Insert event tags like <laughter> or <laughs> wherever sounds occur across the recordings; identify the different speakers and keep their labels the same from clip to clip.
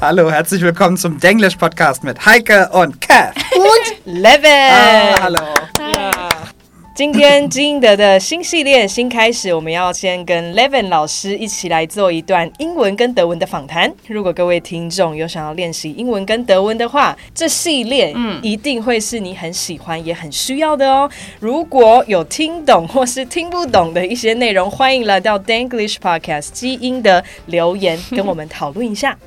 Speaker 1: Hallo, herzlich willkommen zum Denglish Podcast mit Heike und Kath.
Speaker 2: <laughs> und
Speaker 1: Ah,
Speaker 2: Level。
Speaker 1: hallo.
Speaker 2: 今天金德的新系列新开始，我们要先跟 Levin 老师一起来做一段英文跟德文的访谈。如果各位听众有想要练习英文跟德文的话，这系列一定会是你很喜欢也很需要的哦。如果有听懂或是听不懂的一些内容，欢迎来到 Danglish Podcast 基因的留言跟我们讨论一下。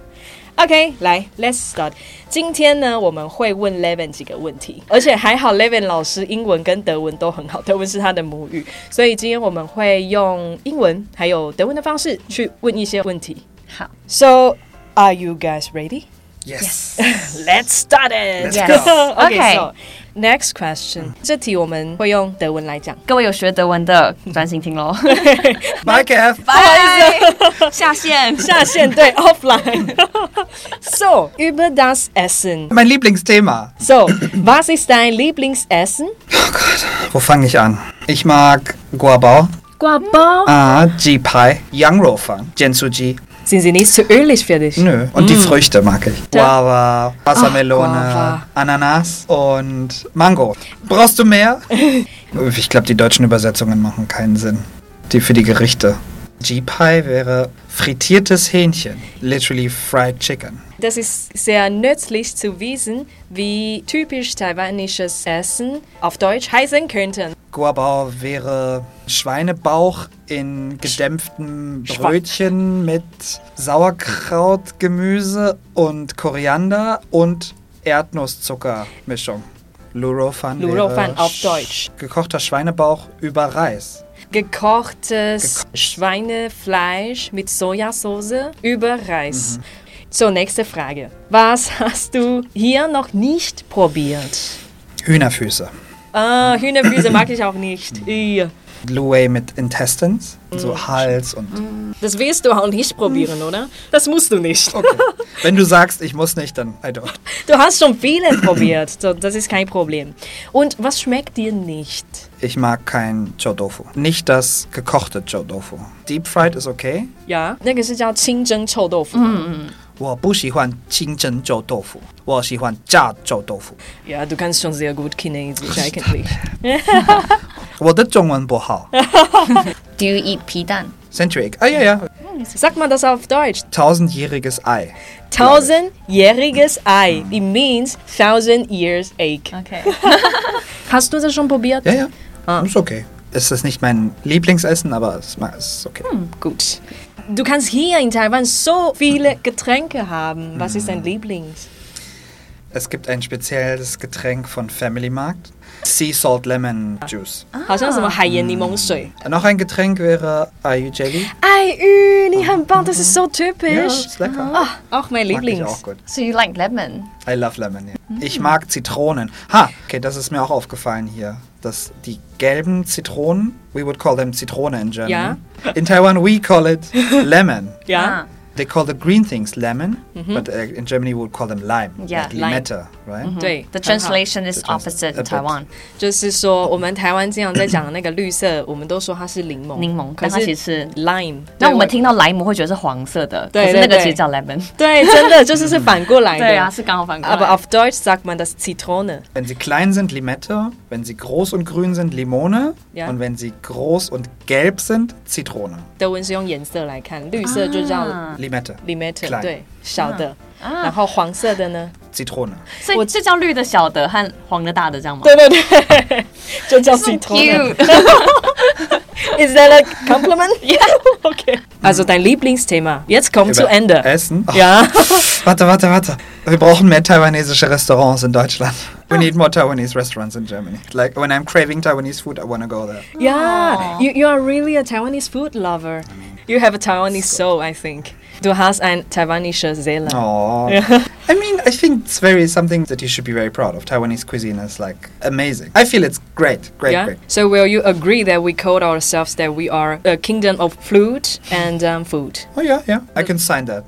Speaker 2: OK，来，Let's start。今天呢，我们会问 Levin 几个问题，而且还好，Levin 老师英文跟德文都很好，德文是他的母语，所以今天我们会用英文还有德文的方式去问一些问题。
Speaker 3: 好
Speaker 2: So, are you guys ready?
Speaker 1: Yes. <laughs>
Speaker 2: Let's start it.
Speaker 1: Let's
Speaker 3: go.
Speaker 2: <laughs> okay.
Speaker 3: Okay.
Speaker 2: So, next question. 这题我们会用德文来讲。
Speaker 3: 各位有学德文的，专心听 <laughs> 喽。
Speaker 1: Bye, Kath.
Speaker 3: 拜，下线。
Speaker 2: 下线对 <laughs> offline. so, über das Essen.
Speaker 1: Mein Lieblingsthema.
Speaker 2: So, was ist dein Lieblingsessen?
Speaker 1: Wo fange ich an? Ich mag Guabao,
Speaker 3: 挂包。
Speaker 1: ah, Ji Pai, Yang Rou Fan, Jian Su Ji.
Speaker 2: Sind sie nicht zu ölig für dich?
Speaker 1: Nö. Und die Früchte mag ich.
Speaker 2: Mm. Da-
Speaker 1: Guava, Wassermelone,
Speaker 2: Ach, Guava.
Speaker 1: Ananas und Mango. Brauchst du
Speaker 2: <laughs>
Speaker 1: mehr? ich glaube, die deutschen Übersetzungen machen keinen Sinn. Die für die Gerichte. Ji Pai wäre frittiertes Hähnchen. Literally fried chicken.
Speaker 2: Das ist sehr nützlich zu wissen, wie typisch taiwanisches Essen auf Deutsch heißen könnte.
Speaker 1: Guabao wäre Schweinebauch in gedämpftem
Speaker 2: Schwa-
Speaker 1: Brötchen mit Sauerkraut, Gemüse und Koriander und Erdnusszuckermischung. Lurofan
Speaker 2: Lurofan
Speaker 1: wäre
Speaker 2: auf
Speaker 1: sch-
Speaker 2: Deutsch.
Speaker 1: Gekochter Schweinebauch über Reis.
Speaker 2: Gekochtes Schweinefleisch mit Sojasauce über Reis. Zur nächsten Frage. Was hast du hier noch nicht probiert?
Speaker 1: Hühnerfüße.
Speaker 2: Ah, Hühnerfüße mag ich auch nicht. Ih.
Speaker 1: Luey mit Intestines,
Speaker 2: Mm.
Speaker 1: so Hals und...
Speaker 2: Das willst du auch nicht probieren, oder? Das musst
Speaker 1: <laughs>
Speaker 2: du nicht. <laughs>
Speaker 1: Okay. Wenn du sagst, ich muss nicht, dann I don't.
Speaker 2: Du hast schon viele probiert, so, das ist kein Problem. Und was schmeckt dir nicht?
Speaker 1: Ich mag kein Chodofu. Nicht das gekochte Chodofu. Deep fried ist okay.
Speaker 2: 呀那个是叫清蒸臭豆腐。嗯
Speaker 1: 我不喜欢清蒸臭豆腐，我喜欢炸臭豆腐。
Speaker 2: <laughs> ，Yeah, du kannst schon sehr gut Chinesisch eigentlich. <laughs>
Speaker 1: 我的中文不好。
Speaker 3: Do you eat 皮蛋？
Speaker 1: Century Egg. Ah ja, ja.
Speaker 2: Sag mal das auf Deutsch.
Speaker 1: Tausendjähriges Ei.
Speaker 2: Tausendjähriges Ei. It means thousand years egg.
Speaker 3: Okay.
Speaker 2: Hast du das schon probiert?
Speaker 1: Ja, ja.
Speaker 2: Ah.
Speaker 1: Ist okay. Es ist nicht mein Lieblingsessen, aber es ma- es ist okay.
Speaker 2: Hm. Gut. Du kannst hier in Taiwan so viele Getränke haben. Was ist dein Lieblings?
Speaker 1: Es gibt ein spezielles Getränk von Family Markt. Sea Salt Lemon Juice.
Speaker 2: 好像什么海盐柠檬水。
Speaker 1: Noch ein Getränk wäre Ayu Jelly.
Speaker 2: 哎鱼，你很棒，das ist so
Speaker 1: Ja,
Speaker 2: typisch.
Speaker 1: ist lecker.
Speaker 2: Ah, auch mein
Speaker 1: Mag ich
Speaker 2: Lieblings.
Speaker 1: auch gut.
Speaker 3: So you like lemon?
Speaker 1: I love lemon. Ja.
Speaker 2: Mhm.
Speaker 1: Ich mag Zitronen. Ha, okay, das ist mir auch aufgefallen hier, dass die gelben Zitronen, we would call them Zitrone in Germany.
Speaker 2: Ja.
Speaker 1: In Taiwan we call
Speaker 2: <laughs>
Speaker 1: it lemon.
Speaker 2: Ja.
Speaker 3: Ah,
Speaker 1: They call the green things lemon, but uh, in Germany we would call them lime,
Speaker 3: Ja,
Speaker 1: like
Speaker 2: Mhm. lime. Mhm.
Speaker 1: Limette, right?
Speaker 2: 对
Speaker 3: The
Speaker 2: 很好
Speaker 3: translation is
Speaker 1: The trans-
Speaker 3: opposite
Speaker 1: a
Speaker 3: in
Speaker 1: bit.
Speaker 3: Taiwan.
Speaker 2: 就是说，我们台湾经常在讲的那个绿色，我们都说它是柠檬，
Speaker 3: 柠檬
Speaker 2: 可
Speaker 3: 但它
Speaker 2: 是
Speaker 3: 其实是
Speaker 2: lime。
Speaker 3: 那我们
Speaker 2: 对
Speaker 3: 听到莱姆会觉得是黄色的，
Speaker 2: 对
Speaker 3: 可是那
Speaker 2: 对
Speaker 3: 个
Speaker 2: 对
Speaker 3: 其实叫 lemon。
Speaker 2: 对，真的就是是反过来的。
Speaker 3: <laughs> 对啊，是刚好反过来。
Speaker 2: Aber auf Deutsch sagt man das Zitrone.
Speaker 1: Wenn sie klein sind, Limette. Wenn sie groß und grün sind, Limone.
Speaker 2: Ja.
Speaker 1: Und wenn sie groß und gelb sind, Zitrone.
Speaker 2: 德文是用颜色来看，绿色就叫
Speaker 3: 啊
Speaker 1: Limette.
Speaker 2: Limette，、
Speaker 1: Klein
Speaker 2: 对，小的。
Speaker 3: 啊
Speaker 2: 然后黄色的
Speaker 3: <laughs>
Speaker 2: 呢？
Speaker 1: Zitrone.
Speaker 3: 所
Speaker 2: 我
Speaker 3: 以这叫绿的小的和黄的大的，这样吗？
Speaker 2: 对对对， <laughs> 就叫
Speaker 3: So
Speaker 2: Zitrone。
Speaker 3: Oh, cute.
Speaker 2: Is that a compliment? yeah. <laughs> Okay. Also dein Lieblingsthema. Jetzt kommt zu
Speaker 1: Über
Speaker 2: Ende.
Speaker 1: Essen. Oh,
Speaker 2: Ja.
Speaker 1: Warte, warte, warte. Wir brauchen mehr taiwanesische Restaurants in Deutschland.
Speaker 3: Ah.
Speaker 1: We need more Taiwanese restaurants in Germany. Like when I'm craving Taiwanese food, I want to go there.
Speaker 2: Ja. You, you are really a Taiwanese food lover. You have a Taiwanese soul, I think. Du hast ein taiwanische Seele.
Speaker 1: Oh. I mean, I think it's very something that you should be very proud of. Taiwanese cuisine is like amazing. I feel it's great, great,
Speaker 2: yeah.
Speaker 1: great.
Speaker 2: So will you agree that we call ourselves that we are a kingdom of fruit and um, food?
Speaker 1: Oh yeah, yeah. I can sign that.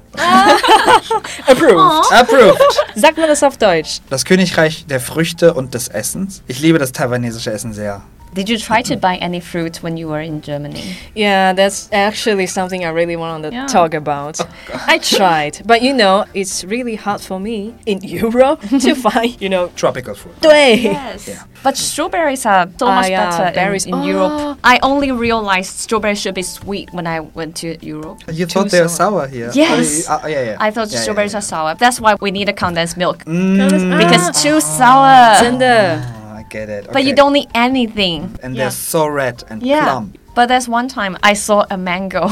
Speaker 3: Oh.
Speaker 2: Approved.
Speaker 1: Approved.
Speaker 3: <laughs>
Speaker 2: Sagt man das auf Deutsch?
Speaker 1: Das Königreich der Früchte und des Essens. Ich liebe das taiwanesische Essen sehr.
Speaker 3: <laughs> Did you try to buy any fruit when you were in Germany?
Speaker 2: Yeah, that's actually something I really wanted to
Speaker 3: Yeah.
Speaker 2: talk about. I tried, but you know, it's really hard for me in <laughs> Europe to find, you know,
Speaker 1: Tropical fruit.
Speaker 2: 对
Speaker 1: Yeah.
Speaker 3: But strawberries are so
Speaker 2: Ah,
Speaker 3: much
Speaker 2: yeah,
Speaker 3: better in-
Speaker 2: berries.
Speaker 3: in, Europe. I only realized strawberries should be sweet when I went to Europe.
Speaker 1: You
Speaker 3: Too
Speaker 1: thought they are sour here.
Speaker 3: Yes.
Speaker 1: Oh, you- oh, yeah, yeah.
Speaker 3: I thought
Speaker 1: Yeah, yeah,
Speaker 3: strawberries
Speaker 1: yeah.
Speaker 3: are sour. That's why we need a condensed milk
Speaker 1: Mm,
Speaker 3: because too sour.
Speaker 2: 真的。
Speaker 1: ah, I get it.
Speaker 3: But you
Speaker 1: okay.
Speaker 3: don't need anything.
Speaker 1: And
Speaker 2: Yeah.
Speaker 1: they're so red and
Speaker 3: Yeah.
Speaker 1: plump.
Speaker 3: But there's one time I saw a mango <laughs>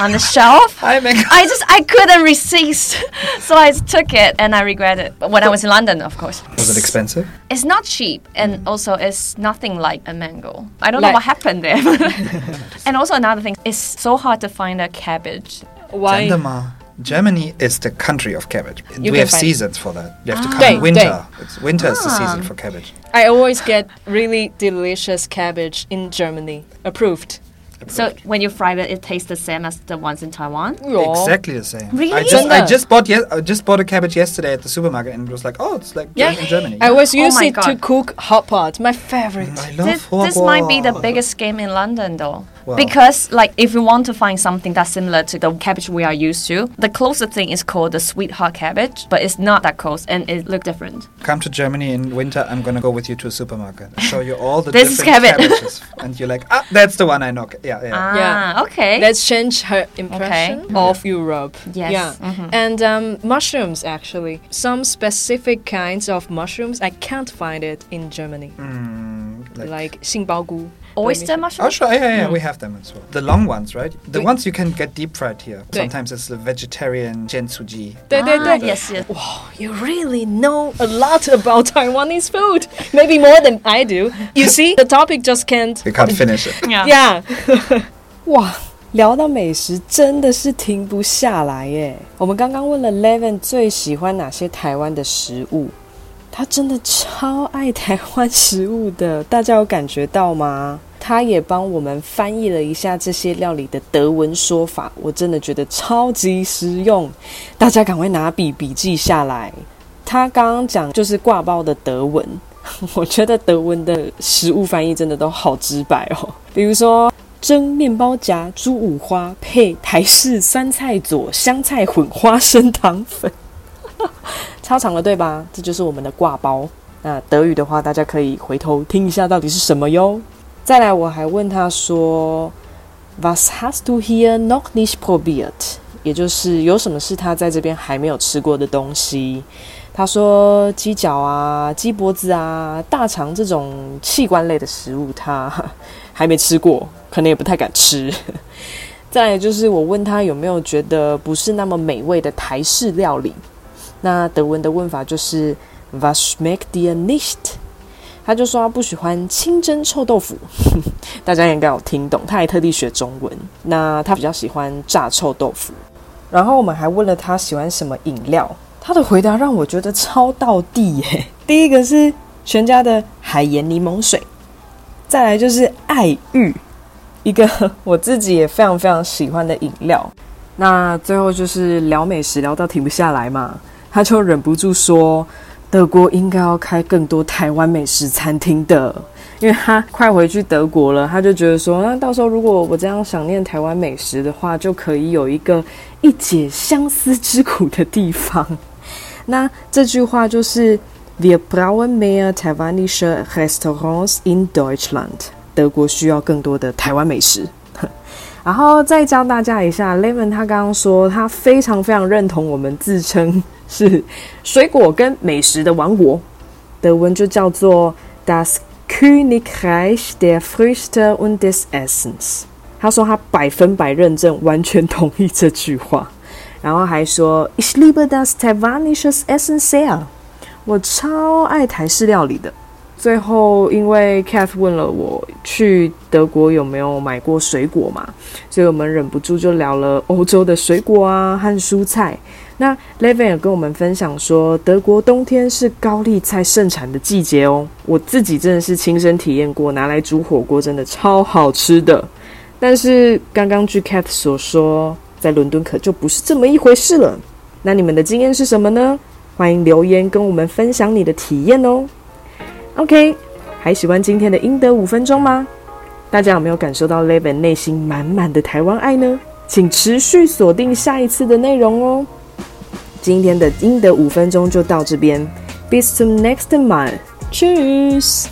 Speaker 3: on
Speaker 1: <laughs>
Speaker 3: the shelf.
Speaker 1: Hi, mango.
Speaker 3: I just I couldn't resist, <laughs> so I took it and I regret it. But when I was in London, of course,
Speaker 1: Was it expensive? Mm.
Speaker 3: it's not cheap, and also it's nothing like a mango. I don't
Speaker 2: Like-
Speaker 3: know what
Speaker 1: <laughs>
Speaker 3: happened there. <laughs> <laughs> and also another thing, it's so hard to find a cabbage.
Speaker 2: Why?
Speaker 1: Zandemar. Germany is the country of cabbage.
Speaker 2: can
Speaker 1: we have
Speaker 2: find-
Speaker 1: seasons for that. You have to come
Speaker 2: Day,
Speaker 1: in winter.
Speaker 2: day.
Speaker 1: It's, winter is the season
Speaker 3: Ah.
Speaker 1: for cabbage.
Speaker 2: I always get really delicious cabbage in Germany. Approved.
Speaker 3: So when you fry it, it tastes the same as the ones in Taiwan.
Speaker 1: Exactly the same. I
Speaker 3: Really?
Speaker 1: just I
Speaker 2: Zanda.
Speaker 1: just bought yes I just bought a cabbage yesterday at the supermarket and it was like oh it's like
Speaker 2: Yeah.
Speaker 1: in Germany.
Speaker 2: I always
Speaker 3: Oh
Speaker 2: use
Speaker 3: my
Speaker 2: it to
Speaker 3: God.
Speaker 2: cook hot pot. My favorite.
Speaker 1: I love
Speaker 3: This, this might be the
Speaker 1: Hogwarts.
Speaker 3: biggest game in London though.
Speaker 1: Wow.
Speaker 3: Because like if you want to find something that's similar to the cabbage we are used to, the closest thing is called the sweet hot cabbage, but it's not that close and it look different.
Speaker 1: Come to Germany in winter. I'm gonna go with you to a supermarket. and show you all the
Speaker 3: This is
Speaker 1: different
Speaker 3: cabbage.
Speaker 1: cabbages, and you're like, ah, that's the one I know. Yeah, yeah.
Speaker 3: Ah,
Speaker 2: Yeah.
Speaker 3: okay. Mm-hmm.
Speaker 2: Let's change her impression of Europe.
Speaker 3: Yes. Mm-hmm.
Speaker 2: Yeah. And um, mushrooms, actually. Some specific kinds of mushrooms, I can't find it in Germany.
Speaker 3: Ah.
Speaker 1: Mm, like-
Speaker 2: Like 杏鲍菇.
Speaker 3: Oyster
Speaker 1: Oh
Speaker 3: mushroom?
Speaker 1: sure, yeah, yeah, yeah, we have them as well. The long ones, right? The
Speaker 2: We-
Speaker 1: ones you can get deep fried here.
Speaker 2: Right.
Speaker 1: Sometimes it's the vegetarian jensuji.
Speaker 3: Ah, yes, yes.
Speaker 2: Wow, you really know a lot <laughs> about Taiwanese food. Maybe more than I do. You see, the topic just can't
Speaker 1: We can't finish it.
Speaker 3: Yeah.
Speaker 2: Yeah，哇，聊到美食真的是停不下来耶。我们刚刚问了 Levin 最喜欢哪些台湾的食物，他真的超爱台湾食物的，大家有感觉到吗？他也帮我们翻译了一下这些料理的德文说法，我真的觉得超级实用，大家赶快拿笔笔记下来。他刚刚讲就是挂包的德文，我觉得德文的食物翻译真的都好直白哦。比如说蒸面包夹猪五花配台式酸菜佐香菜混花生糖粉，超长了对吧？这就是我们的挂包。那德语的话，大家可以回头听一下到底是什么哟。再来，我还问他说，Was hast du hier noch nicht probiert？也就是有什么是他在这边还没有吃过的东西。他说鸡脚啊、鸡脖子啊、大肠这种器官类的食物，他还没吃过，可能也不太敢吃。 <laughs> 再来就是我问他有没有觉得不是那么美味的台式料理，那德文的问法就是 Was schmeckt dir nicht？他就说他不喜欢清蒸臭豆腐， <laughs> 大家应该有听懂，他还特地学中文。那他比较喜欢炸臭豆腐。然后我们还问了他喜欢什么饮料，他的回答让我觉得超到地耶。 <laughs> 第一个是全家的海盐柠檬水，再来就是爱玉，一个我自己也非常非常喜欢的饮料。那最后就是聊美食聊到停不下来嘛，他就忍不住说，德国应该要开更多台湾美食餐厅的。因为他快回去德国了，他就觉得说，那到时候如果我这样想念台湾美食的话，就可以有一个一解相思之苦的地方。那这句话就是，Wir brauchen mehr taiwanische Restaurants in Deutschland。德国需要更多的台湾美食。 <laughs> 然后再教大家一下，Levin 他刚刚说他非常非常认同我们自称 <laughs> 是水果跟美食的王国，德文就叫做 Das Königreich der Früchte und des Essens。他说他百分百认证，完全同意这句话，然后还说 Ich liebe das taiwanische Essen sehr，我超爱台式料理的。最后，因为 Kath 问了我去德国有没有买过水果嘛，所以我们忍不住就聊了欧洲的水果啊和蔬菜。那 Levin 也跟我们分享说，德国冬天是高丽菜盛产的季节哦。我自己真的是亲身体验过，拿来煮火锅真的超好吃的。但是刚刚据 Cat 所说，在伦敦可就不是这么一回事了。那你们的经验是什么呢？欢迎留言跟我们分享你的体验哦。OK，还喜欢今天的英德五分钟吗？大家有没有感受到 Levin 内心满满的台湾爱呢？请持续锁定下一次的内容哦。今天的英德五分钟就到这边，Bis zum nächsten Mal，Tschüss。